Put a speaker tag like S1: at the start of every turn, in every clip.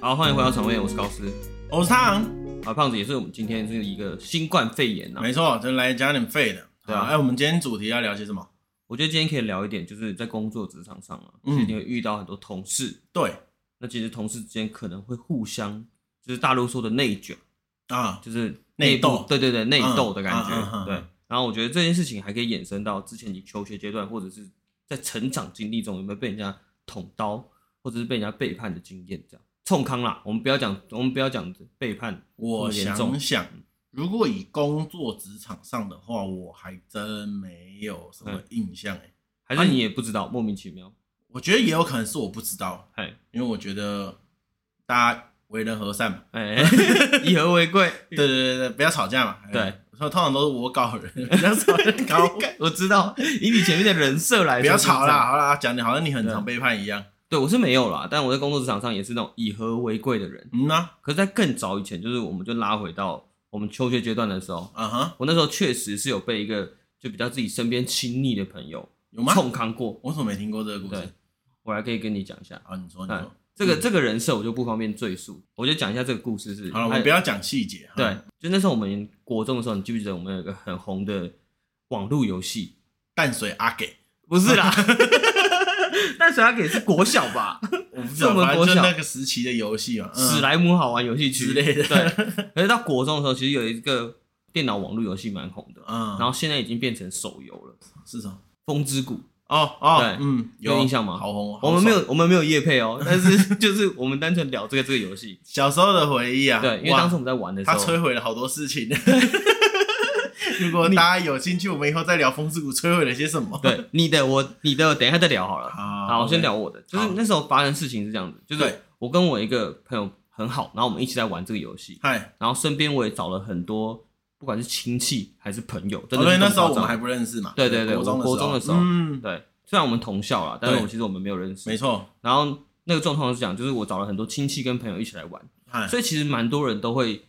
S1: 好，欢迎回到陈威，我是高斯。
S2: 我哦是汤，
S1: 啊，胖子也是我们今天这一个新冠肺炎啊。
S2: 没错，就来讲点废的。
S1: 对啊
S2: 好哎，我们今天主题要聊些什么？
S1: 我觉得今天可以聊一点，就是在工作职场上啊，
S2: 嗯
S1: 其实你会遇到很多同事，
S2: 对
S1: 那其实同事之间可能会互相，就是大陆说的内卷，
S2: 啊，
S1: 就是
S2: 内
S1: 部
S2: 斗
S1: 对对对，内斗的感觉。
S2: 嗯嗯嗯嗯
S1: 对，然后我觉得这件事情还可以衍生到之前你求学阶段，或者是在成长经历中有没有被人家捅刀，或者是被人家背叛的经验，这样冲康啦。我们不要讲，我们不要讲背叛，
S2: 我
S1: 这么严重
S2: 想想，如果以工作职场上的话，我还真没有什
S1: 嗯
S2: 么印象哎。
S1: 还是你也不知道，莫名其妙。
S2: 我觉得也有可能是我不知道，
S1: 哎
S2: 因为我觉得大家为人和善嘛，
S1: 哎，以和为贵。
S2: 对对对对，不要吵架嘛。哎
S1: 嗯对，
S2: 所以通常都是我搞人， 比较少人搞我。
S1: 我知道，以你前面的人设来说，
S2: 不要吵
S1: 是这样
S2: 啦，。好啦，讲的好像你很
S1: 对
S2: 常背叛一样。
S1: 对，我是没有啦，但我在工作职场上也是那种以和为贵的人。
S2: 嗯呐，
S1: 可是，在更早以前，就是我们就拉回到我们求学阶段的时候，
S2: 啊哈，
S1: 我那时候确实是有被一个就比较自己身边亲密的朋友
S2: 有吗？
S1: 冲康过。
S2: 我怎么没听过这个故
S1: 对
S2: 事？，
S1: 我还可以跟你讲一下
S2: 好，你说你
S1: 哎
S2: 说。
S1: 这个、这个人设，我就不方便赘述，我就讲一下这个故事是。
S2: 嗯好了，我
S1: 还
S2: 们不要讲细节。哈
S1: 哎对，，就那时候我们国中的时候，你记不记得我们有一个很红的网络游戏？
S2: 淡水阿给，
S1: 不是 啦，但水阿给是国小吧？
S2: 我不知道，
S1: 这么
S2: 反正
S1: 国
S2: 就
S1: 小
S2: 那个时期的游戏嘛，嗯
S1: 史莱姆好玩游戏区
S2: 之类的
S1: 对，可是到国中的时候，其实有一个电脑网络游戏蛮红的，
S2: 嗯，
S1: 然后现在已经变成手游了，《
S2: 是什么？
S1: 风之谷》。
S2: 哦哦
S1: 对，
S2: 嗯，
S1: 有印象吗
S2: 好红，好
S1: 我们没
S2: 爽
S1: 有，我们没有夜配哦， 但是就是我们单纯聊这个这个游戏。
S2: 小时候的回忆啊，
S1: 对，因为
S2: 哇
S1: 当时我们在玩的时
S2: 他
S1: 候，
S2: 摧毁了好多 事情。如果大家有兴趣，我们以后再聊风之谷摧毁了些什么。
S1: 对你的我你的，等一下再聊好了。
S2: 好
S1: 好，我先
S2: OK
S1: 聊我的，就是
S2: 好
S1: 那时候发生事情是这样子，就是
S2: 对
S1: 我跟我一个朋友很好，然后我们一起在玩这个游戏，
S2: 嗨，
S1: 然后身边我也找了很多，不管是亲戚还是朋友，真
S2: 哦
S1: 的
S2: 对，
S1: 是这么夸张、
S2: 那时候我们还不认识嘛。
S1: 对对对
S2: 国中
S1: 我国中的时候
S2: 嗯，
S1: 对，虽然我们同校啦，但是
S2: 对
S1: 我其实我们没有认识。
S2: 没错。
S1: 然后那个状况是这样，就是我找了很多亲戚跟朋友一起来玩，
S2: 嗨，
S1: 所以其实蛮多人都会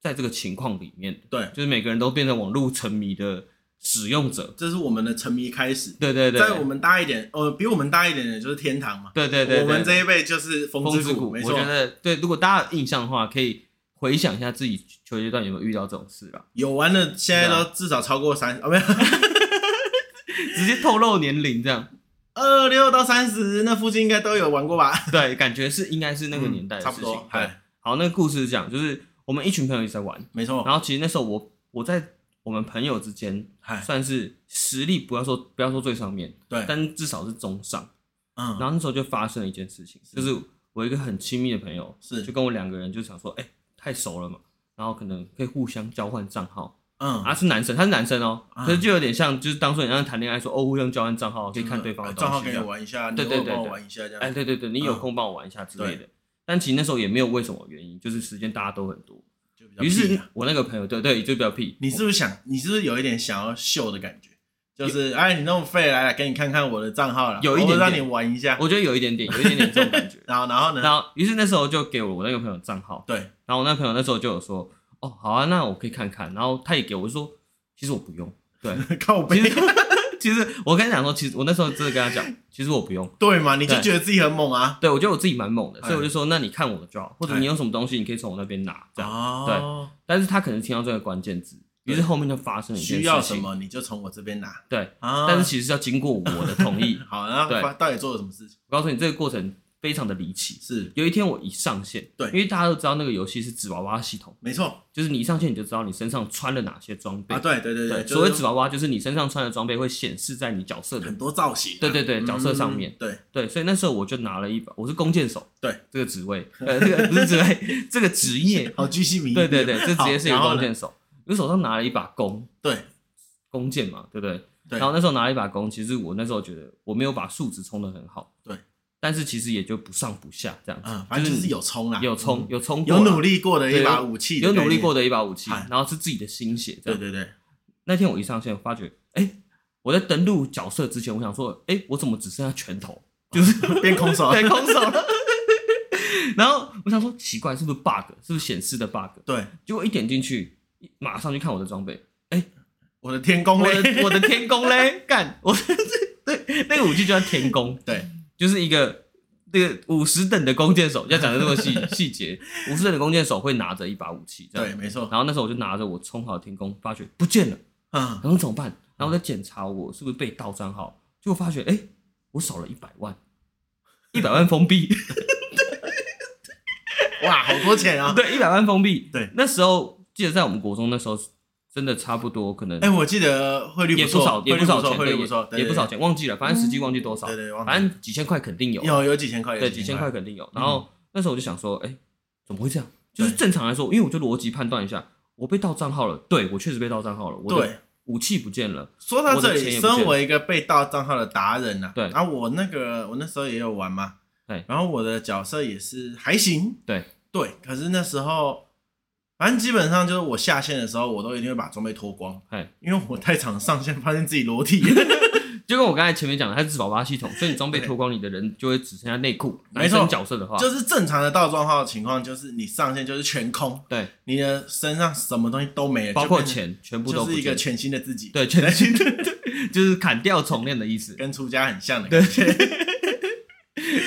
S1: 在这个情况里面的，
S2: 对，
S1: 就是每个人都变成网络沉迷的使用者。
S2: 这是我们的沉迷开始。
S1: 对对对，
S2: 在我们大一点，呃，比我们大一点的就是天堂嘛。
S1: 对对对，
S2: 我们
S1: 对
S2: 这一辈就是风
S1: 风之
S2: 之
S1: 谷，我
S2: 没错
S1: 觉，得对，如果大家有印象的话，可以回想一下自己求学阶段有没有遇到这种事啦。
S2: 有玩的现在都至少超过三啊，没有
S1: 直接透露年龄这样，
S2: 二六到三十那附近应该都有玩过吧？
S1: 对，感觉是应该是那个年代的
S2: 嗯差
S1: 事
S2: 不
S1: 情。
S2: 多，
S1: 对
S2: 哎，，
S1: 好，那个故事是这样，就是我们一群朋友一直在玩，
S2: 没错，
S1: 然后其实那时候我我在我们朋友之间
S2: 哎，
S1: 算是实力不要说不要说最上面，
S2: 对，
S1: 但至少是中上。
S2: 嗯，
S1: 然后那时候就发生了一件事情，就是我一个很亲密的朋友，
S2: 是
S1: 就跟我两个人就想说，哎、太熟了嘛，然后可能可以互相交换账号。
S2: 嗯，
S1: 啊，是男生，他是男生哦，
S2: 啊
S1: 可是就有点像，就是当初你像谈恋爱说，哦，互相交换账号，可以看对方的
S2: 账哎号
S1: 东西
S2: 给
S1: 这
S2: 你
S1: 样。
S2: 玩一下，你
S1: 对对
S2: 偶尔
S1: 对
S2: 帮我
S1: 对
S2: 玩一下这
S1: 哎，
S2: 样，
S1: 对对对，你有
S2: 嗯
S1: 空帮我玩一下之类的。但其实那时候也没有为什么原因，就是时间大家都很多，
S2: 就比较
S1: 于
S2: 屁
S1: 是
S2: 啊
S1: 我那个朋友，对对，就比较屁。
S2: 你是不是想，你是不是有一点想要秀的感觉？就是哎，你那么废，来来给你看看我的账号了，
S1: 有一点点
S2: 我让你玩一下，
S1: 我觉得有一点点，有一点点这种
S2: 。
S1: 感觉
S2: 然后然后呢？
S1: 然后，于是那时候就给了我那个朋友账号，
S2: 对，
S1: 然后我那朋友那时候就有说，哦，好啊，那我可以看看。然后他也给我，我就说，其实我不用。对，
S2: 靠背
S1: 其，实 其实我跟他讲说，其实我那时候真的跟他讲，其实我不用。
S2: 对嘛？你就
S1: 对
S2: 觉得自己很猛啊？
S1: 对我觉得我自己蛮猛的，所以
S2: 哎
S1: 我就说，那你看我的就好，或者
S2: 哎
S1: 你有什么东西，你可以从我那边拿。这样，
S2: 哦，
S1: 但是他可能听到这个关键字，于
S2: 对
S1: 是后面就发生了一件
S2: 需
S1: 事
S2: 要什
S1: 情。
S2: 么你就从我这边拿
S1: 对，
S2: 啊。
S1: 但是其实是要经过我的同 意。
S2: 好，然
S1: 对
S2: 后发到底做了什么事情？
S1: 我告诉你，这个过程非常的离奇。
S2: 是
S1: 有一天我一上线，
S2: 对
S1: 因为大家都知道那个游戏是纸娃娃系统，
S2: 没错
S1: 就是你一上线你就知道你身上穿了哪些装备。
S2: 啊，对对对对，
S1: 所谓
S2: 就是
S1: 纸娃娃就是你身上穿的装备会显示在你角色的
S2: 很多造型啊，
S1: 对对对
S2: 嗯
S1: 角色上面，
S2: 对
S1: 对，所以那时候我就拿了一把，我是弓箭手，
S2: 对
S1: 这个职位， 呃，这个不是职位， 这个职 业，
S2: 好居心明义
S1: 对对对，这职业是一个
S2: 好然后
S1: 弓
S2: 呢
S1: 箭手，我手上拿了一把弓，
S2: 对
S1: 弓箭嘛，对不对？
S2: 对
S1: 然后那时候拿了一把弓，其实我那时候觉得我没有把数值冲的很好，
S2: 对，
S1: 但是其实也就不上不下这样子，
S2: 嗯，反正就是
S1: 有
S2: 有冲啦，
S1: 有冲
S2: 嗯
S1: 有冲过
S2: 有
S1: 啦
S2: 努力过的一把
S1: 对
S2: 武器，
S1: 有努力过，的一把武器
S2: 哎，
S1: 然后是自己的心血这
S2: 对
S1: 样。
S2: 对对，
S1: 那天我一上线，我发觉，哎、我在登录角色之前，我想说，哎、我怎么只剩下拳 头，就是
S2: 变空手，啊
S1: 对空手 了？然后我想说，奇怪，是不是 bug？是不是显示的 bug？
S2: 对，
S1: 结果一点进去，一马上就看我的装备，
S2: 我的天宫
S1: 我
S2: 嘞，
S1: 的我的 天宫嘞，干，我对那个武器就叫天宫，
S2: 对，
S1: 就是一个那个五十等的弓箭手，要讲的这么 细细节，五十等的弓箭手会拿着一把武器，这样
S2: 对，没错，
S1: 然后那时候我就拿着我充好的天宫，发觉不见了，
S2: 啊，
S1: 然后怎么办？然后我在检查我是不是被盗账号，结果发觉哎、我少了一百万，一百万封闭，
S2: 哇，好多钱啊！
S1: 对，一百万封闭。
S2: 对
S1: 那时候记得在我们国中那时候真的差不多，可能
S2: 哎，我记得汇率
S1: 也
S2: 不错
S1: 少，也
S2: 汇率
S1: 少
S2: 错，
S1: 钱，
S2: 汇
S1: 对
S2: 率不错，对
S1: 也也不少，钱，忘记了，反正实际忘记多少
S2: 对，对对，忘记
S1: 反正几千块肯定有，
S2: 有有几千块，有
S1: 对，几千块，肯定有。然后那时候我就想说，哎，怎么会这样？就是
S2: 嗯对
S1: 正常来说，因为我就逻辑判断一下，我被盗账号了，对我确实被盗账号了，我
S2: 对
S1: 的。武器不见了，
S2: 说到这
S1: 我的钱
S2: 里，
S1: 也不见了
S2: 身为一个被盗账号的达人呐、啊，
S1: 对
S2: 啊，我那个我那时候也有玩嘛，
S1: 对
S2: 然后我的角色也是还行，
S1: 对
S2: 对，可是那时候，反正基本上就是我下线的时候，我都一定会把装备脱光
S1: 哎，
S2: 因为我太常上线，发现自己裸 体，
S1: 就跟我刚才前面讲的，它是保八系统，所以你装备脱光，你的人就会只剩下内裤。
S2: 没
S1: 男
S2: 错
S1: 生角色的话，
S2: 就是正常的盗账号的情况，就是你上线就是全空，
S1: 对，
S2: 你的身上什么东西都没了，
S1: 包括
S2: 就变成，
S1: 钱全部都
S2: 就
S1: 不
S2: 是一
S1: 见
S2: 个
S1: 了
S2: 全新的自己，，
S1: 对全新的， 就是砍掉重练的意 思，
S2: 跟出家很像的
S1: 对
S2: 感觉。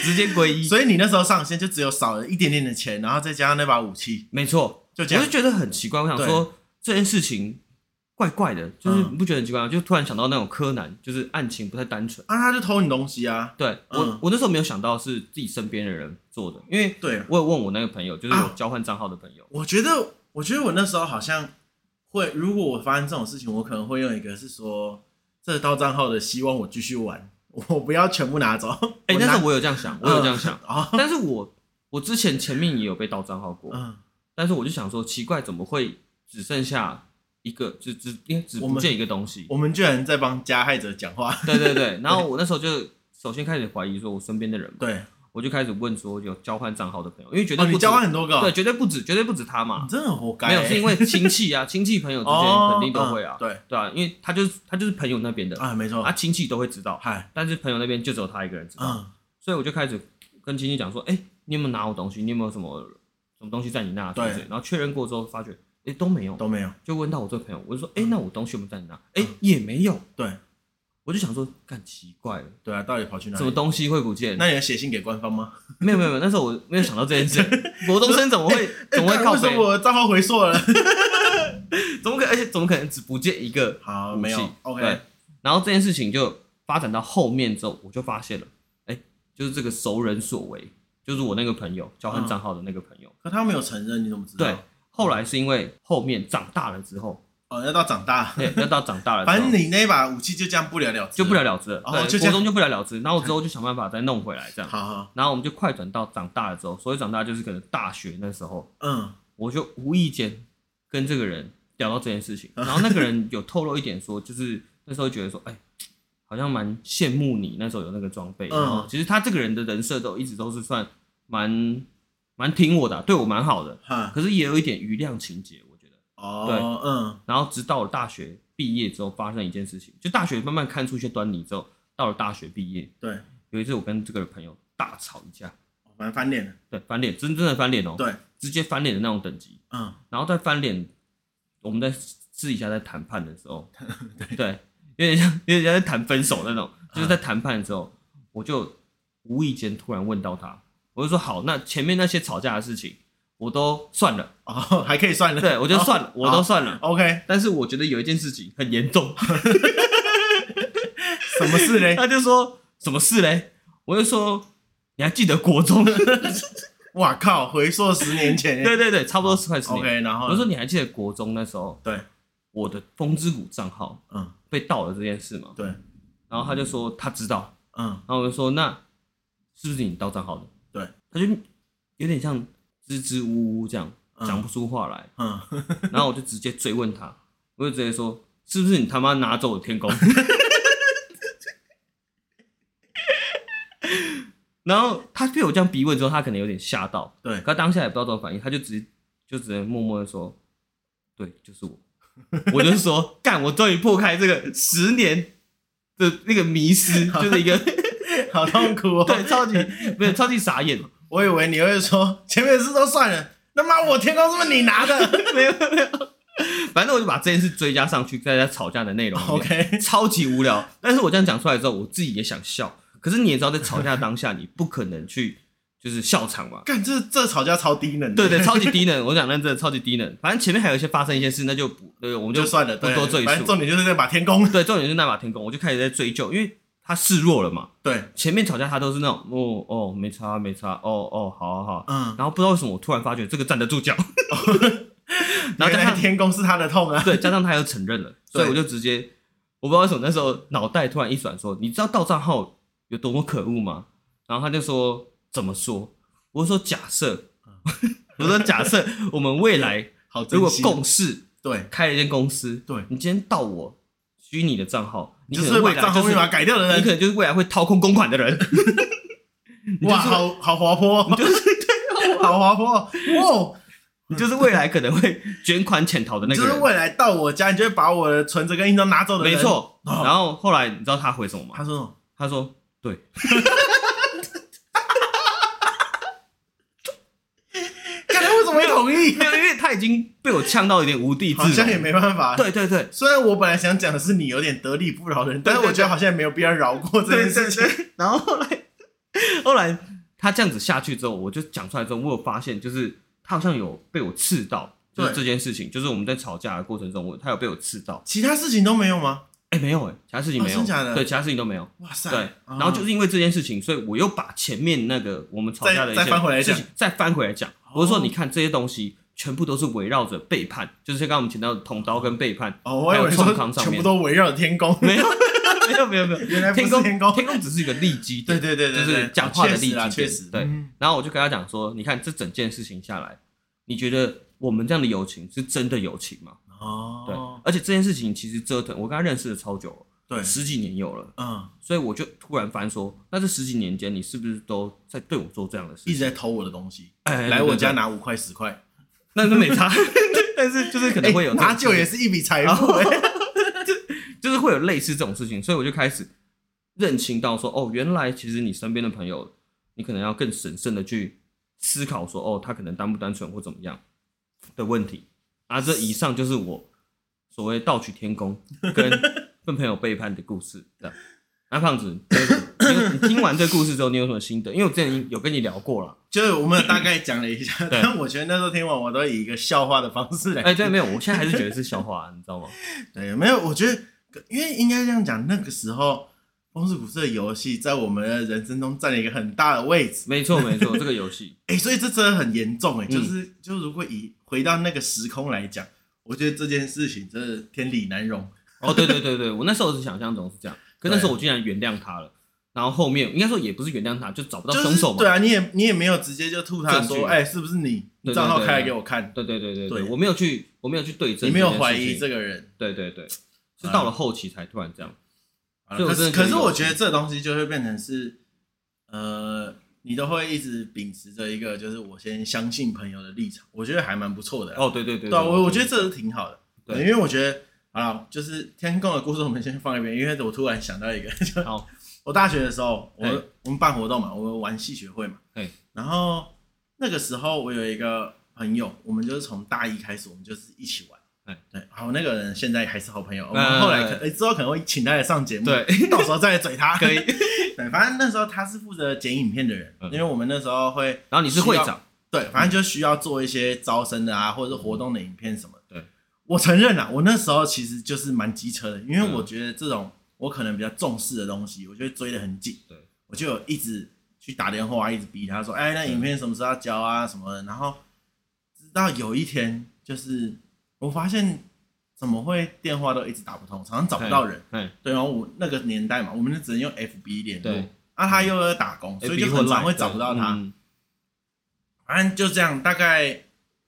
S1: 直接归一。
S2: 所以你那时候上线就只有少了一点点的钱，然后再加上那把武器，
S1: 没错，
S2: 就
S1: 我
S2: 这样
S1: 就。觉得很奇怪，我想说这件事情怪怪的，就是
S2: 嗯
S1: 你不觉得很奇怪吗？就突然想到那种柯南，就是案情不太单纯。
S2: 啊，他就偷你东西啊。
S1: 对我，
S2: 嗯
S1: 我那时候没有想到是自己身边的人做的，因为
S2: 对，
S1: 我有问我那个朋友，就是
S2: 啊
S1: 有交换账号的朋友，
S2: 我觉得，我觉得我那时候好像会，如果我发生这种事情，我可能会用一个是说，这到账号的希望我继续玩，我不要全部拿走。
S1: 哎、
S2: 我拿
S1: 但是我有这样想，我有这样想，
S2: 啊，
S1: 但是我我之前前面也有被盗账号过，
S2: 嗯，
S1: 但是我就想说奇怪，怎么会只剩下一个，只只因为只
S2: 我
S1: 不
S2: 们
S1: 见一个东西？
S2: 我们居然在帮加害者讲话。
S1: 对对对，然后我那时候就首先开始怀疑说我身边的人嘛，
S2: 对，
S1: 我就开始问说有交换账号的朋友，因为绝对
S2: 哦，
S1: 不止、
S2: 你交换很多个哦，
S1: 对，绝对不止，绝对不止他嘛
S2: 你，真的很活该
S1: 没
S2: 欸。
S1: 有是因为亲戚啊，亲戚朋友之间
S2: 哦
S1: 肯定都会啊，
S2: 嗯对
S1: 对啊，因为他就是他就是朋友那边的，
S2: 啊，没错
S1: 啊，亲戚都会知道，
S2: 嗨，
S1: 但是朋友那边就只有他一个人知道，
S2: 嗯，
S1: 所以我就开始跟亲戚讲说，哎、你有没有拿我东西？你有没有什么什么东西在你那？
S2: 对
S1: 是不是然后确认过之后，发觉哎、诶都没有，
S2: 都嗯没有。
S1: 就问到我这个朋友，我就说，哎、那我东西有没有在你那？哎、也没有。
S2: 对，
S1: 我就想说，干奇怪了，
S2: 对啊，到底跑去哪
S1: 什么
S2: 里？
S1: 东西会不见？
S2: 那你要写信给官方吗？
S1: 没有没有没有，那时候我没有想到这件 事，国中生怎么会怎么
S2: 哎
S1: 会
S2: 干
S1: 靠
S2: 为什
S1: 北
S2: 么？我的账号回 溯了？
S1: 怎么可而且怎么可能只不见一个？
S2: 好，哎
S1: 武
S2: 没
S1: 器
S2: 有。
S1: 对
S2: OK，，
S1: 然后这件事情就发展到后面之后，我就发现了，哎、就是这个熟人所为，就是我那个朋友交
S2: 嗯
S1: 换账号的那个朋友。
S2: 可他没有承认，你怎么知道？
S1: 对，后来是因为后面长大了之后，
S2: 哦，要到长大，
S1: 对，要到长大了之后，
S2: 反正你那把武器就这样不了了之，
S1: 就不了。了之了，
S2: 哦
S1: 对，
S2: 就这
S1: 国
S2: 样
S1: 中就不了了之，然后之后就想办法再弄回来这样。
S2: 好好，
S1: 然后我们就快转到长大了之后，所以长大就是可能大学那时候，
S2: 嗯，
S1: 我就无意间跟这个人聊到这件事情，
S2: 啊
S1: 然后那个人有透露一点说，就是那时候觉得说，哎，好像蛮羡慕你那时候有那个装备，
S2: 嗯
S1: 然后其实他这个人的人设都一直都是算蛮蛮挺我的啊、对我蛮好的，
S2: 哈，
S1: 可是也有一点余量情节，我觉得。
S2: 哦，嗯，
S1: 然后直到了大学毕业之后，发生一件事情，就大学慢慢看出一些端倪之后，到了大学毕业，
S2: 对，哦
S1: 有一次我跟这个朋友大吵一架，
S2: 反正翻脸了，
S1: 对，翻脸，真正的翻脸哦，
S2: 对，
S1: 直接翻脸的那种等级。
S2: 嗯，
S1: 然后在翻脸，我们在私底下在谈判的时候，对，有点像有点像在谈分手那种，就是在谈判的时候，我就无意间突然问到他，我就说好，那前面那些吵架的事情我都算了，
S2: 哦，还可以算了，哦
S1: 对我就算了，我都算 了。
S2: ，OK，
S1: 但是我觉得有一件事情很严重，
S2: 什么 事嘞？
S1: 他就说什么事嘞？我就说你还记得国中？
S2: 哇靠，回溯十年前
S1: 对对对，差不多是快十年。
S2: ，OK，然后
S1: 我就说你还记得国中那时候
S2: 对，
S1: 我的风之谷账号
S2: 嗯，
S1: 被盗了这件事吗？
S2: 对，
S1: 然后他就说他知道，
S2: 嗯，
S1: 然后我就说那是不是你盗账号的？
S2: 对，
S1: 他就有点像支支吾吾这样
S2: 嗯
S1: 讲不出话来，
S2: 嗯，
S1: 然后我就直接追问他，我就直接说是不是你他妈拿走我天宫？ 然后他被我这样逼问之后，他可能有点吓到，
S2: 对
S1: 可他当下也不知道怎么反应，他就直接就只能默默的说，对，就是我。我就说干，我终于破开这个十年的那个迷失，就是一个
S2: 好痛苦哦，
S1: 对，超级没有超级傻眼，
S2: 我以为你会说前面的事都算了，他妈我天空是不是你拿 的
S1: 没有没有。反正我就把这件事追加上去，在家吵架的内容里面
S2: ？OK，
S1: 超级无聊。但是我这样讲出来之后，我自己也想笑，可是你也知道，在吵架当下，你不可能去就是笑场嘛。
S2: 干这这吵架超低能的，
S1: 对对，超级低能，我讲认真的，超级低能。反正前面还有一些发生一些事，那就不，对，我们
S2: 就算了，
S1: 不
S2: 对
S1: 多赘
S2: 反正
S1: 述。
S2: 重点就是那把天宫，
S1: 对，重点是那把天宫，我就开始在追究，因为他示弱了嘛。
S2: 对，
S1: 前面吵架他都是那种，哦哦，没差没差，哦哦，好好好。
S2: 嗯，
S1: 然后不知道为什么，我突然发觉这个站得住脚， 然后
S2: 原
S1: 加
S2: 来
S1: 上
S2: 天宫是他的痛啊，
S1: 对，加上他又承认了，所以
S2: 对
S1: 我就直接，我不知道为什么那时候脑袋突然一转，说：“你知道盗账号有多么可恶吗？”然后他就说：“怎么说？”我说：“假设， 我说假设我们未来
S2: 好
S1: 如
S2: 嗯真
S1: 果
S2: 心，
S1: 共事
S2: 对
S1: 开了一间公司，
S2: 对，
S1: 你今天盗我虚拟的账号，你
S2: 就
S1: 可
S2: 是
S1: 能
S2: 把
S1: 未来
S2: 账号
S1: 就是
S2: 密码嗯改掉的
S1: 你可
S2: 人，
S1: 能就是未来会掏空公款的人。你就
S2: 哇，
S1: 是
S2: 好好滑坡哦， 好滑坡哦，哇，
S1: 你就是未来可能会卷款潜逃的那
S2: 就
S1: 个
S2: 是
S1: 人，
S2: 未来到我家，你就会把我的存折跟印章拿走的人，
S1: 没，错。
S2: 哦
S1: 然后后来你知道他回什么吗？
S2: 他说什么
S1: 他 说：“对，
S2: 干他为什么会同 意？
S1: 没有，因为他已经被我呛到有点无地自
S2: 好像也
S1: 容。
S2: 没办法，
S1: 对对 对
S2: 虽然我本来想讲的是你有点得理不饶人，但是我觉得好像也没有必要饶过这件
S1: 对
S2: 事
S1: 对
S2: 情。
S1: 对。 然后后来，后来他这样子下去之后，我就讲出来之后，我有发现，就是他好像有被我刺到，就是
S2: 对
S1: 这件事情，就是我们在吵架的过程中，我他有被我刺到。
S2: 其他事情都没有吗？
S1: 哎，没有哎，其他事情没有，
S2: 哦真假的哦
S1: 对，其他事情都没有。
S2: 哇塞！啊
S1: 对，然后就是因为这件事情，所以我又把前面那个我们吵架的一些
S2: 再再翻回来
S1: 事
S2: 讲哦
S1: 情再翻回来讲。我是说，你看这些东西全部都是围绕着背叛，就是像刚刚我们提到的捅刀跟背叛，
S2: 哦，我以为
S1: 还
S2: 说
S1: 有创伤上
S2: 全
S1: 面
S2: 部都围绕着天宫。
S1: 没有，没有，没有，没有。
S2: 原来不
S1: 天
S2: 是
S1: 宫
S2: 天宫，
S1: 只是一个利基
S2: 对
S1: 点。
S2: 对对对，
S1: 就是
S2: 对
S1: 讲话的
S2: 哦确实啊
S1: 利己
S2: 确
S1: 点
S2: 实
S1: 对
S2: 嗯
S1: 然后我就跟他讲说，你看这整件事情下来，你觉得我们这样的友情是真的友情吗？对，
S2: 哦，
S1: 而且这件事情其实折腾，我跟他认识了超久了，
S2: 对，
S1: 十几年有了，
S2: 嗯，
S1: 所以我就突然翻说，那这十几年间，你是不是都在对我做这样的事
S2: 一直
S1: 情？
S2: 在偷我的东西，
S1: 哎
S2: 来我家，
S1: 对对对
S2: 拿五块十块，
S1: 那是没差，但是就是可能会有
S2: 哎
S1: 这种哦
S2: 拿酒也是一笔财富。哎
S1: 就是会有类似这种事情，所以我就开始认清到说，哦，原来其实你身边的朋友，你可能要更审慎的去思考说，哦，他可能单不单纯或怎么样的问题。啊，这以上就是我所谓盗取天宫跟跟朋友背叛的故事。这样，那、胖子，你有什么你有你听完这故事之后，你有什么心得？因为我之前有跟你聊过了，
S2: 就是我们大概讲了一 下，
S1: 对
S2: 但我觉得那时候听完，我都以一个笑话的方式来
S1: 哎、对，没有，我现在还是觉得是笑话，啊你知道吗？
S2: 对，没有，我觉得，因为应该这样讲，那个时候《风之谷》这个游戏在我们的人生中占了一个很大的位置，
S1: 没错，没错，这个游戏，
S2: 哎、所以这真的很严重、
S1: 嗯
S2: 哎、就是就如果以回到那个时空来讲，我觉得这件事情真的天理难容。
S1: 哦，对对对对，我那时候是想象中是这样，可那时候我竟然原谅他了。然后后面应该说也不是原谅他，就找不到
S2: 就
S1: 凶
S2: 是
S1: 手嘛。
S2: 对啊，你也你也没有直接就吐他
S1: 证据
S2: 说，哎、是不是你？你
S1: 对对
S2: 账号
S1: 对
S2: 开来
S1: 对
S2: 给我看，
S1: 对对对对对
S2: 对
S1: 我没有去，我没有去对证，
S2: 你没有怀疑，这个嗯人。
S1: 对对对，是到了后期才突然这样。
S2: 啊
S1: 所以我
S2: 可
S1: 真的
S2: 是可
S1: 觉
S2: 是
S1: 得有
S2: 我觉得这东西就会变成是，呃，你都会一直秉持着一个就是我先相信朋友的立场，我觉得还蛮不错的啊。
S1: 哦，对对对，
S2: 对啊，我我觉得
S1: 对
S2: 这是挺好的，
S1: 对
S2: 对因为我觉得啊，就是天宫的故事我们先放一边，因为我突然想到一个，就
S1: 好，
S2: 我大学的时候，我
S1: 嘿
S2: 我们办活动嘛，我们玩戏学会嘛
S1: 嘿，
S2: 然后那个时候我有一个朋友，我们就是从大一开始，我们就是一起
S1: 嘿
S2: 玩，对，好，那个人现在还是好朋友，我
S1: 嗯
S2: 们后来可诶之后可能会请他来上节目，
S1: 对，
S2: 到时候再来嘴他，
S1: 可以。
S2: 对，反正那时候他是负责剪影片的人，
S1: 嗯
S2: 因为我们那时候会
S1: 然后你是会长，
S2: 对，反
S1: 嗯
S2: 正就需要做一些招生的啊，或者是活动的影片什么的。
S1: 对，
S2: 我承认啊啦，我那时候其实就是蛮机车的，因为
S1: 嗯
S2: 我觉得这种我可能比较重视的东西，我就会追得很紧。
S1: 对，
S2: 我就有一直去打电话，一直逼他说：“哎，那影片什么时候要交啊？什么的。”然后直到有一天，就是我发现怎么会电话都一直打不通，常常找不到人。
S1: 哎，
S2: 对，然后我那个年代嘛，我们就只能用 FB 联络
S1: 对。
S2: 啊，他又在打工，所以就
S1: FB
S2: 很常
S1: 或
S2: 会
S1: Line，
S2: 找不到
S1: 对
S2: 他。
S1: 嗯
S2: 反正就这样，大概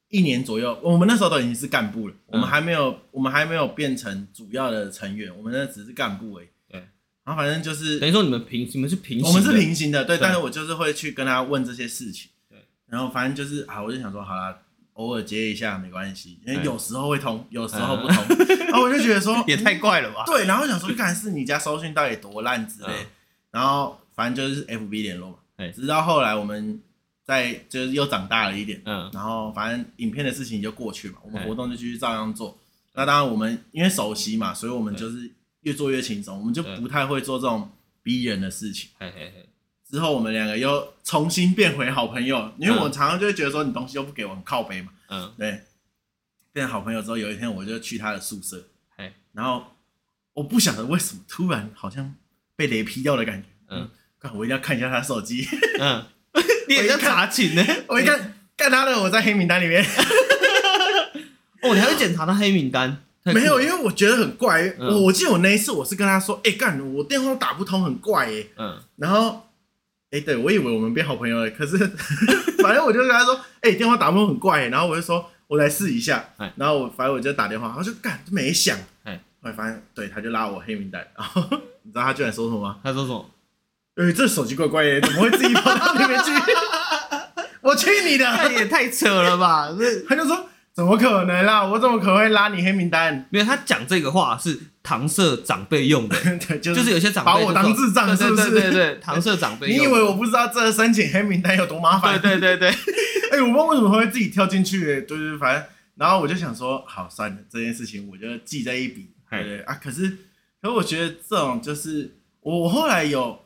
S2: 一年左右，我们那时候都已经是干部了，
S1: 嗯
S2: 我们还没有，我们还没有变成主要的成员，我们那只是干部而已。
S1: 对，
S2: 然后反正就是
S1: 等于说你们平，你们是平行的，
S2: 我们是平行的，对，
S1: 对
S2: 但是我就是会去跟他问这些事情。
S1: 对，
S2: 然后反正就是啊，我就想说，好啦，偶尔接一下没关系，因
S1: 哎
S2: 为有时候会通，有时候不通。 然后我就觉得说
S1: 嗯 ，
S2: 嗯
S1: 也太怪了吧？
S2: 对，然后想说，看是你家收讯到底多烂之类，
S1: 嗯
S2: 然后反正就是 FB 联络嘛
S1: 哎，
S2: 直到后来我们在就是又长大了一点，
S1: 嗯，
S2: 然后反正影片的事情就过去嘛，我们
S1: 哎
S2: 活动就继续照样做。那当然我们因为熟悉嘛，所以我们就是越做越轻松，我们就
S1: 对
S2: 不太会做这种逼人的事情。
S1: 嘿嘿嘿，
S2: 之后我们两个又重新变回好朋友，因为
S1: 嗯
S2: 我常常就会觉得说你东西都不给我，很靠背嘛。
S1: 嗯，
S2: 对，变好朋友之后，有一天我就去他的宿舍，
S1: 嘿，
S2: 然后我不晓得为什么突然好像被雷劈掉的感觉。
S1: 嗯，
S2: 干我一定要看一下他 手机。
S1: 嗯，你也在查寝呢？
S2: 我一看，干他的，我在黑名单里面。
S1: 哦，你还会检查他黑名单？太酷
S2: 没有，
S1: 了，
S2: 因为我觉得很怪。
S1: 嗯
S2: 我我记得我那一次我是跟他说，哎、干，我电话都打不通，很怪耶、
S1: 嗯，
S2: 然后，哎、对我以为我们变好朋友了，可是 反正我就跟他说，哎、电话打不通很怪耶、然后我就说，我来试一下
S1: 哎。
S2: 然后我反正我就打电话，他就干就没响。
S1: 哎
S2: 后来发现，对，他就拉我黑名单。然后 你知道他居然说什么吗？
S1: 他说什 么？
S2: 哎、这手机怪怪耶、怎么会自己跑到那边去？ 我去你
S1: 那
S2: 的！
S1: 也太扯了吧！这
S2: 他就说，怎么可能啦？我怎么可能会拉你黑名单？
S1: 没有，他讲这个话是搪塞长辈用的，
S2: 对，就
S1: 就是有些长辈
S2: 把我
S1: 就
S2: 当
S1: 说
S2: 智障，是不是？
S1: 对对对对，搪塞长辈
S2: 你
S1: 用的。
S2: 以为我不知道这申请黑名单有多
S1: 对
S2: 麻烦？
S1: 对对 对，
S2: 哎、我不知道为什么会自己跳进去、欸，对对，反正然后我就想说，好，算了，这件事情我就记在一笔，
S1: 嗨
S2: 对对啊。可是，可是我觉得这种就是我我后来有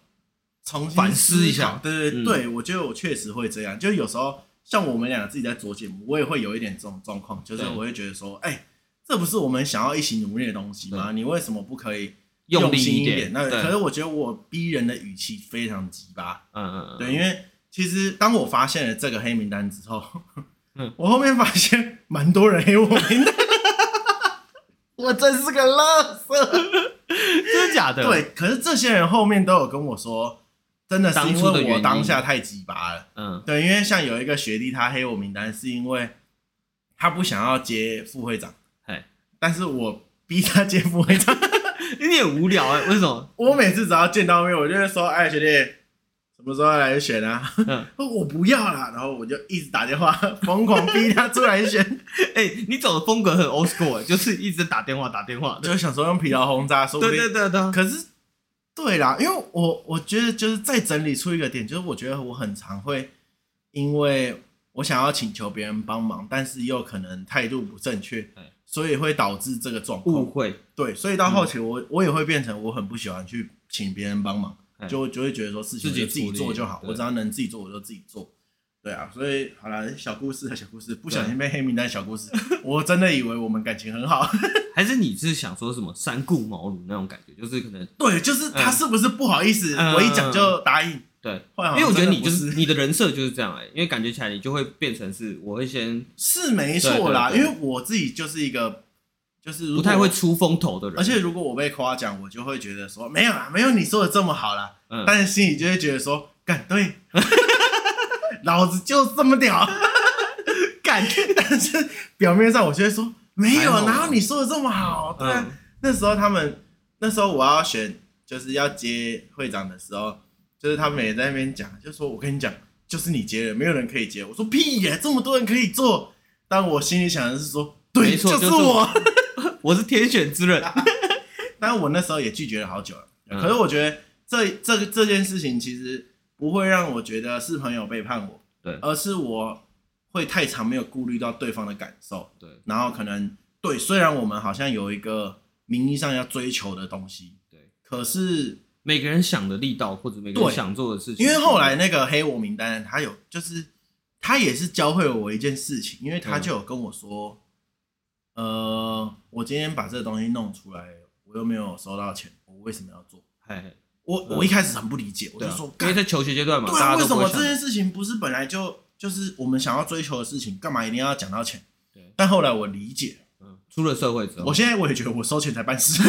S2: 重新
S1: 反思一下
S2: 考对对
S1: 嗯
S2: 对，我觉得我确实会这样，就有时候像我们俩自己在做节目，我也会有一点这种状况，就是
S1: 对
S2: 我会觉得说，哎、这不是我们想要一起努力的东西吗？你为什么不可以
S1: 用力
S2: 心
S1: 一
S2: 一
S1: 点，
S2: 那可
S1: 对
S2: 是我觉得我逼人的语气非常鸡巴，
S1: 嗯嗯，嗯
S2: 对，因为其实当我发现了这个黑名单之后，
S1: 嗯
S2: 我后面发现蛮多人黑我名单， 我真是个垃圾。
S1: 真的假的？，
S2: 对，可是这些人后面都有跟我说，真的是因
S1: 当初的
S2: 为
S1: 原
S2: 我
S1: 因
S2: 当下太鸡巴了。
S1: 嗯
S2: 对，因为像有一个学弟，他黑我名单是因为他不想要接副会长
S1: 嘿，
S2: 但是我逼他接副会长。
S1: 有点无聊哎，为什么？
S2: 我每次只要见到面，我就会说：“哎，学弟，什么时候要来选啊？”
S1: 嗯
S2: 我不要啦，然后我就一直打电话 疯狂逼他出来选，
S1: 哎，你走的风格很 old school，哎就是一直打电话打电话 的。
S2: 就想说用疲劳轰炸，说不
S1: 对
S2: 定。
S1: 对对对，
S2: 可是，对啦，因为我我觉得就是再整理出一个点，就是我觉得我很常会因为我想要请求别人帮忙，但是又可能态度不正确
S1: 哎，
S2: 所以会导致这个状况
S1: 误。会，
S2: 对，所以到
S1: 嗯
S2: 后期我、我也会变成我很不喜欢去请别人帮忙，
S1: 哎
S2: 就就会觉得说事情
S1: 自己
S2: 我就自己
S1: 处理
S2: 做就好，
S1: 对
S2: 我只要能自己做我就自己做。对啊，所以好了，小故事小故事，不小心被黑名单小故事，我真的以为我们感情很好。
S1: 还是你是想说什么三顾茅庐那种感觉？就是可能
S2: 对，就是
S1: 嗯
S2: 他是不是不好意思，
S1: 嗯
S2: 我一讲就答应。
S1: 对，
S2: 后来好
S1: 因
S2: 像
S1: 为我觉得你就
S2: 啊真
S1: 是
S2: 的不
S1: 你的人设就是这样哎，因为感觉起来你就会变成是我会先
S2: 是是没错啦，
S1: 对
S2: 因
S1: 对对
S2: 为我自己就是一个就是如
S1: 不
S2: 果
S1: 太会，出风头的人，
S2: 而且如果我被夸奖，我就会觉得说没有啦，没有你说的这么好啦，
S1: 嗯，
S2: 但是心里就会觉得说，干对， 老子就这么屌， 干。但是表面上我就会说没有
S1: 还，好吧
S2: 哪有你说的这么好？对啊、
S1: 嗯
S2: 那时候他们，那时候我要选，就是要接会长的时候，就是他们也在那边讲，就说我跟你讲，就是你接的，没有人可以接。我说屁呀、这么多人可以做，但我心里想的是说，对，
S1: 没错
S2: 是
S1: 就是
S2: 我。
S1: 我是天选之人，
S2: 但我那时候也拒绝了好久了。
S1: 嗯
S2: 可是我觉得这这个这件事情其实不会让我觉得是朋友背叛我，
S1: 对
S2: 而是我会太常没有顾虑到对方的感受，
S1: 对
S2: 然后可能对，虽然我们好像有一个名义上要追求的东西，
S1: 对，
S2: 可是
S1: 每个人想的力道或者每个人
S2: 对
S1: 想做的事情，
S2: 因为后来那个黑我名单，他有就是他也是教会我一件事情，因为他就有跟我说，呃，我今天把这个东西弄出来，我又没有收到钱，我为什么要做？
S1: 嘿嘿
S2: 我
S1: 嗯
S2: 我一开始很不理解，我
S1: 对
S2: 就
S1: 啊
S2: 说，
S1: 因
S2: 干
S1: 为在求学阶段嘛，
S2: 对
S1: 大
S2: 啊，
S1: 家
S2: 为
S1: 都
S2: 什
S1: 不会
S2: 么
S1: 想
S2: 这件事情不是本来就就是我们想要追求的事情，干嘛一定要讲到钱
S1: 对？
S2: 但后来我理解，
S1: 嗯出了社会之后，
S2: 我现在我也觉得我收钱才办事。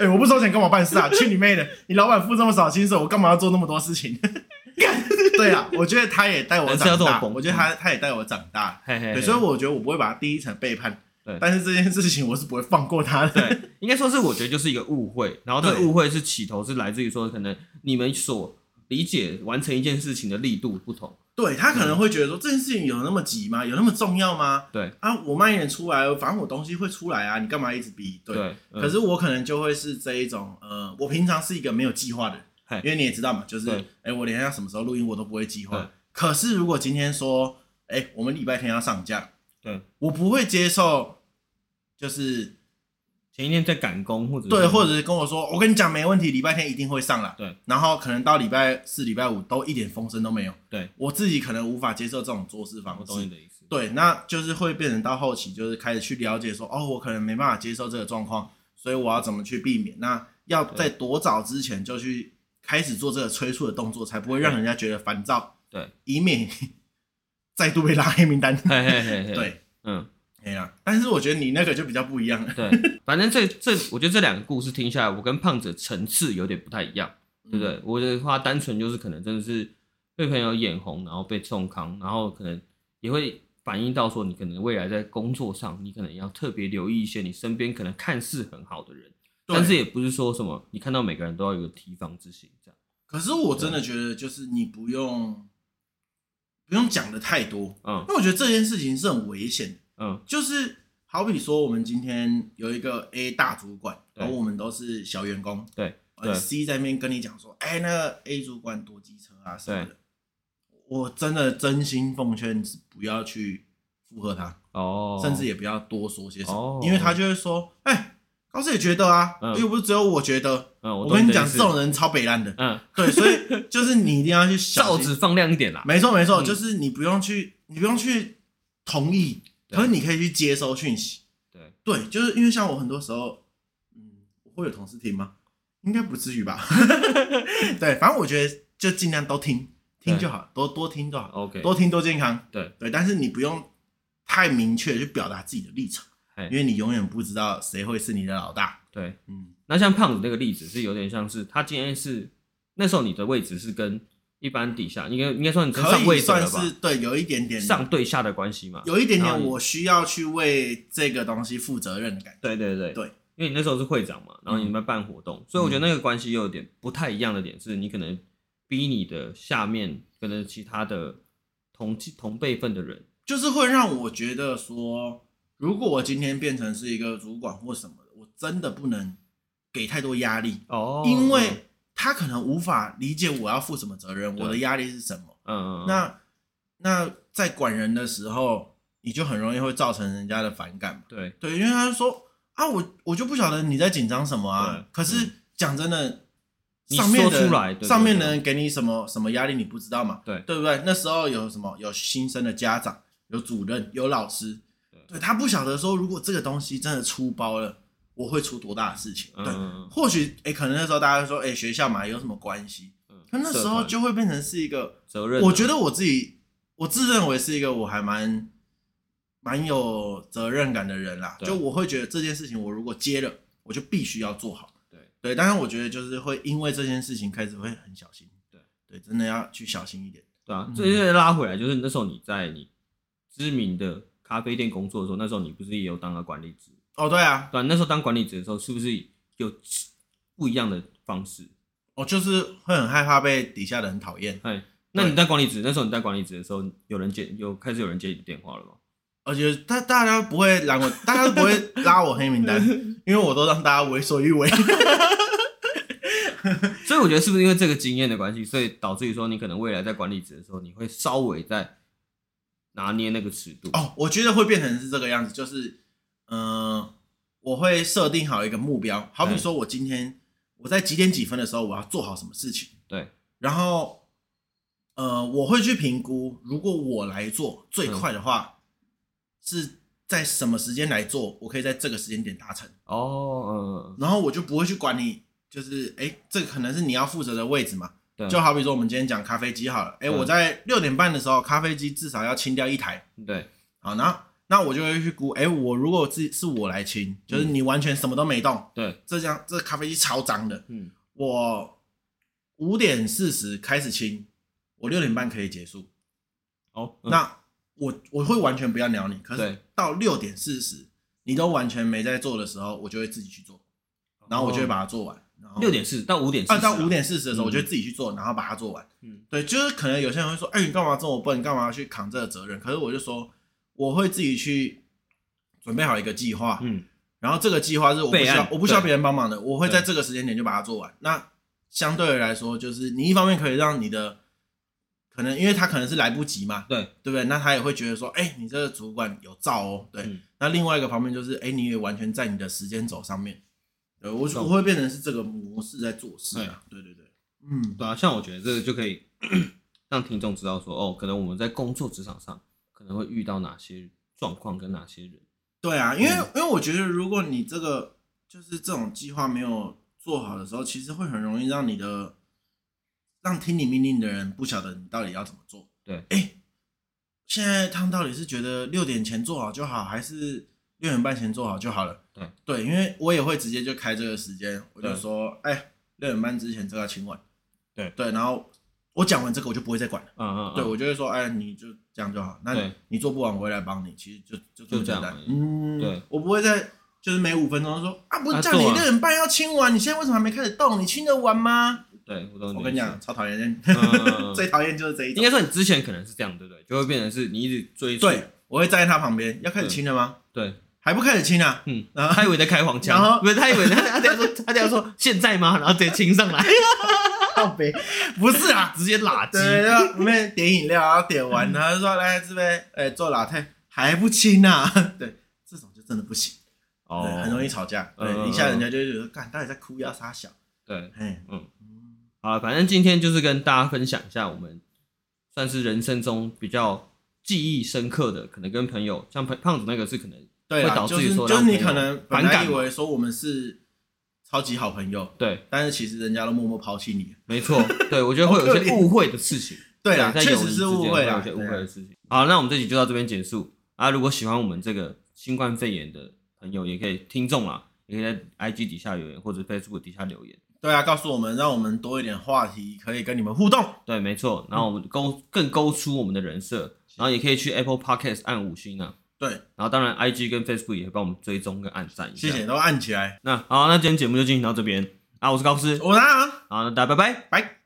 S2: 哎、我不收钱干嘛办事啊？去你妹的！你老板付这么少薪水，我干嘛要做那么多事情？ 对啊，我觉得他也带我
S1: 人是要
S2: 长
S1: 这么
S2: 大，
S1: 崩
S2: 我觉得他他也带我长大。
S1: 嘿嘿嘿，
S2: 对，所以我觉得我不会把他第一层背叛
S1: 对，
S2: 但是这件事情我是不会放过他的。
S1: 对，啊应该说是我觉得就是一个误会，然后这
S2: 对
S1: 个误会是起头是来自于说可能你们所理解完成一件事情的力度不同，
S2: 对他
S1: 嗯
S2: 可能会觉得说这件事情有那么急吗？有那么重要吗？
S1: 对
S2: 啊，我慢一点出来，反正我东西会出来啊，你干嘛一直逼？对。
S1: 对，嗯
S2: 可是我可能就会是这一种，呃，我平常是一个没有计划的
S1: 嘿
S2: 人，因为你也知道嘛，就是
S1: 对
S2: 哎，我连要什么时候录音我都不会计
S1: 对
S2: 划。可是如果今天说，哎，我们礼拜天要上架，
S1: 对
S2: 我不会接受，就是
S1: 前一天在赶工或者
S2: 对，
S1: 是
S2: 或者是跟我说，我跟你讲没问题，礼拜天一定会上啦。
S1: 嗯对，
S2: 然后可能到礼拜四、礼拜五都一点风声都没有。
S1: 对，
S2: 我自己可能无法接受这种做事
S1: 我
S2: 方
S1: 懂你
S2: 式。
S1: 的意思。
S2: 对，那就是会变成到后期，就是开始去了解说，哦，我可能没办法接受这个状况，所以我要怎么去避免？那要在多早之前就去开始做这个催促的动作，才不会让人家觉得烦躁，
S1: 对，
S2: 以免 再度被拉黑名单。
S1: 嘿嘿嘿嘿，，
S2: 对，
S1: 嗯，
S2: 哎呀，但是我觉得你那个就比较不一样了。
S1: 对，反正这这，我觉得这两个故事听下来，我跟胖子的层次有点不太一样，对
S2: 嗯
S1: 不对？我的话，单纯就是可能真的是被朋友眼红，然后被重康，然后可能也会反映到说，你可能未来在工作上，你可能要特别留意一些你身边可能看似很好的人，
S2: 对
S1: 但是也不是说什么你看到每个人都要有个提防之心这样。
S2: 可是我真的觉得，就是你不用不用讲的太多，
S1: 嗯
S2: 因为我觉得这件事情是很危险的。
S1: 嗯
S2: 就是好比说，我们今天有一个 A 大主管，
S1: 对
S2: 然后我们都是小员工，
S1: 对
S2: 呃
S1: 对
S2: ，C 在那边跟你讲说，哎、那个 A 主管多机车啊什么
S1: 对
S2: 的，我真的真心奉劝不要去附和他，
S1: 哦，
S2: 甚至也不要多说些什么，
S1: 哦
S2: 因为他就会说，哎、高斯也觉得啊，
S1: 嗯
S2: 又不是只有我觉得，
S1: 嗯，我
S2: 我
S1: 懂
S2: 跟你
S1: 的
S2: 讲，
S1: 意思
S2: 这种人超北烂的。
S1: 嗯，
S2: 对，所以就是你一定要去小
S1: 罩
S2: 心。
S1: 子放亮一点啦。
S2: 没错没错，
S1: 嗯
S2: 就是你不用去，你不用去同意，
S1: 对
S2: 可是你可以去接收讯息。
S1: 对，
S2: 对，就是因为像我很多时候，嗯，我会有同事听吗？应该不至于吧。 对，反正我觉得就尽量都听，听
S1: 对
S2: 就好，多多听就好，
S1: OK，
S2: 多听多健康。
S1: 对
S2: 对，但是你不用太明确地去表达自己的立场
S1: 嘿，
S2: 因为你永远不知道谁会是你的老大。
S1: 对。
S2: 嗯，
S1: 那像胖子那个例子是有点像是他今天是那时候你的位置是跟一般底下应该应该算你跟
S2: 可
S1: 上
S2: 以
S1: 位者
S2: 算
S1: 了吧？
S2: 是对，有一点点
S1: 上对下的关系嘛？
S2: 有一点
S1: 然后
S2: 点
S1: 你
S2: 我需要去为这个东西负责任的感觉。
S1: 对对对
S2: 对，嗯
S1: 因为你那时候是会长嘛，然后你们办活动，所以我觉得那个关系又有点不太一样的点是，你可能逼你的下面可能其他的同同辈分的人，
S2: 就是会让我觉得说，如果我今天变成是一个主管或什么的，我真的不能给太多压力，
S1: 哦
S2: 因为他可能无法理解我要负什么责任，
S1: 对
S2: 我的压力是什么。
S1: 嗯嗯，
S2: 那那在管人的时候，你就很容易会造成人家的反感嘛。
S1: 对
S2: 对，因为他就说啊，我我就不晓得你在紧张什么啊
S1: 对。嗯
S2: 可是讲真的，
S1: 你
S2: 上面
S1: 说
S2: 的人
S1: 出来对对
S2: 上面的
S1: 对
S2: 人给你什么什么压力，你不知道嘛？
S1: 对
S2: 对不对？那时候有什么？有新生的家长，有主任，有老师，对他不晓得说，如果这个东西真的出包了，我会出多大的事情？
S1: 嗯
S2: 对，
S1: 嗯
S2: 或许哎，可能那时候大家说，哎，学校嘛有什么关系？
S1: 嗯，
S2: 可那时
S1: 社
S2: 候
S1: 团
S2: 就会变成是一个，
S1: 责任啊，
S2: 我觉得我自己，我自认为是一个我还蛮蛮有责任感的人啦。
S1: 对
S2: 就我会觉得这件事情，我如果接了，我就必须要做好。
S1: 对
S2: 对，当然我觉得就是会因为这件事情开始会很小心。
S1: 对
S2: 对，真的要去小心一点。
S1: 对啊，
S2: 嗯
S1: 这些拉回来，就是那时候你在你知名的咖啡店工作的时候，那时候你不是也有当了管理职？
S2: 哦，对啊，
S1: 对啊、那时候当管理职的时候，是不是有不一样的方式？
S2: 我哦就是会很害怕被底下的人讨厌，
S1: 哎，那你在管理职那时候你在管理职的时候，有人接有开始有人接你电话了吗？
S2: 而且大大家不会拦我，大家都不会拉我黑 名单，因为我都让大家为所欲为。
S1: 所以我觉得是不是因为这个经验的关系，所以导致于说你可能未来在管理职的时候，你会稍微在拿捏那个尺度。
S2: 哦，我觉得会变成是这个样子，就是，嗯、我会设定好一个目标，好比
S1: 嗯
S2: 说我今天我在几点几分的时候我要做好什么事情，
S1: 对，
S2: 然后，呃，我会去评估，如果我来做
S1: 嗯
S2: 最快的话，是在什么时间来做，我可以在这个时间点达成，
S1: 哦，嗯、
S2: 然后我就不会去管你，就是，哎，这个可能是你要负责的位置嘛。
S1: 对
S2: 就好比说，我们今天讲咖啡机好了，哎，
S1: 嗯
S2: 我在六点半的时候，咖啡机至少要清掉一台，
S1: 嗯，对，
S2: 好，然后那我就会去估，哎，我如果自是我来清，就是
S1: 嗯
S2: 你完全什么都没动，
S1: 对，
S2: 这样这咖啡机超脏的，
S1: 嗯，
S2: 我五点四十开始清，我六点半可以结束，
S1: 哦，嗯
S2: 那我我会完全不要鸟你，可
S1: 对
S2: 是到六点四十你都完全没在做的时候，我就会自己去做，然后我就会把它做完，然后
S1: 哦六点四到五点四
S2: 啊
S1: 十
S2: 到五，点四十的时候，
S1: 嗯
S2: 我就会自己去做，然后把它做完。
S1: 嗯，
S2: 对，就是可能有些人会说，哎、你干嘛这么笨？干嘛要去扛这个责任？可是我就说，我会自己去准备好一个计划，
S1: 嗯，
S2: 然后这个计划是我不需
S1: 备
S2: 要
S1: 案，
S2: 我不需要
S1: 对
S2: 别人帮忙的，我会在这个时间点就把它做完。那相对来说，就是你一方面可以让你的，可能因为他可能是来不及嘛，
S1: 对，
S2: 对不对？那他也会觉得说，哎、你这个主管有造哦，对。
S1: 嗯
S2: 那另外一个方面就是，哎、你也完全在你的时间轴上面，对我
S1: 懂
S2: 我会变成是这个模式在做事啊，对对对，嗯，
S1: 对啊，像我觉得这个就可以 让听众知道说，哦，可能我们在工作职场上可能会遇到哪些状况跟哪些人。
S2: 对啊，因为、
S1: 嗯
S2: 因为我觉得如果你这个就是这种计划没有做好的时候，其实会很容易让你的让听你命令的人不晓得你到底要怎么做。
S1: 对
S2: 哎、现在他们到底是觉得六点前做好就好，还是六点半前做好就好了？
S1: 对
S2: 对，因为我也会直接就开这个时间，我就
S1: 对
S2: 说，哎、六点半之前这个要清完。
S1: 对
S2: 对，然后我讲完这个我就不会再管了。
S1: 嗯嗯，嗯
S2: 对，我就会说，哎，你就这样就好。那
S1: 对
S2: 你做不完，我会来帮你。其实就就
S1: 就
S2: 这
S1: 这样
S2: 么简单
S1: 而已。
S2: 嗯，
S1: 对，
S2: 我不会在就是每五分钟说啊，不是
S1: 啊
S2: 叫你
S1: 做完
S2: 六点半要清完，你现在为什么还没开始动？你清得完吗？
S1: 对，我懂。
S2: 我跟你讲，，超讨厌人，
S1: 嗯嗯嗯嗯
S2: 最讨厌就是这一
S1: 应
S2: 种。
S1: 该说你之前可能是这样，对不对？就会变成是你一直追溯，
S2: 对，我会站在他旁边，要开始清了吗？
S1: 对，
S2: 还不开始清啊？
S1: 嗯，
S2: 然后
S1: 他以为在开黄
S2: 然后
S1: 腔，不是他以为他他这样说，他这样说现在吗？然后直接亲上来，
S2: 靠北， 不是啊，
S1: 直接拉鸡。
S2: 对，然后我们点饮料，然后 点完，然后就说来这边，哎，做老太还不清啊？ 对，这种就真的不行。 对，很容易。吵架，
S1: 哦嗯
S2: 对，
S1: 嗯
S2: 一下人家就会觉得，干，到底在哭要杀小，
S1: 对，
S2: 哎，
S1: 嗯
S2: 嗯，
S1: 啊，反正今天就是跟大家分享一下我们算是人生中比较记忆深刻的，可能跟朋友像胖胖子那个是可能
S2: 对
S1: 会
S2: 啦，
S1: 导致
S2: 就是
S1: 说
S2: 就是
S1: 让
S2: 你
S1: 朋友
S2: 可能本
S1: 反
S2: 来
S1: 感
S2: 以
S1: 嘛
S2: 为说我们是超级好朋友，
S1: 对，
S2: 但是其实人家都默默抛弃你，
S1: 没错，对我觉得会有一些
S2: 好可怜
S1: 误会的事情。啊
S2: 对啦，
S1: 在
S2: 确
S1: 友
S2: 实
S1: 谊
S2: 是
S1: 之
S2: 误
S1: 间
S2: 会
S1: 有
S2: 啦，
S1: 一些误
S2: 对
S1: 会
S2: 啊
S1: 的事情。好，那我们这集就到这边结束啊！如果喜欢我们这个新冠肺炎的朋友，也可以听众啦，也可以在 IG 底下留言或者 Facebook 底下留言。
S2: 对啊，告诉我们，让我们多一点话题，可以跟你们互动，
S1: 对，没错。然后我们勾更勾出我们的人设，然后也可以去 Apple Podcast 按五星啊。
S2: 对，
S1: 然后当然 IG 跟 Facebook 也会帮我们追踪跟按赞一下。
S2: 谢谢，。都按起来，
S1: 那好，那今天节目就进行到这边啊！我是高斯，
S2: 我拿啊，
S1: 好，那大家拜拜。
S2: 拜。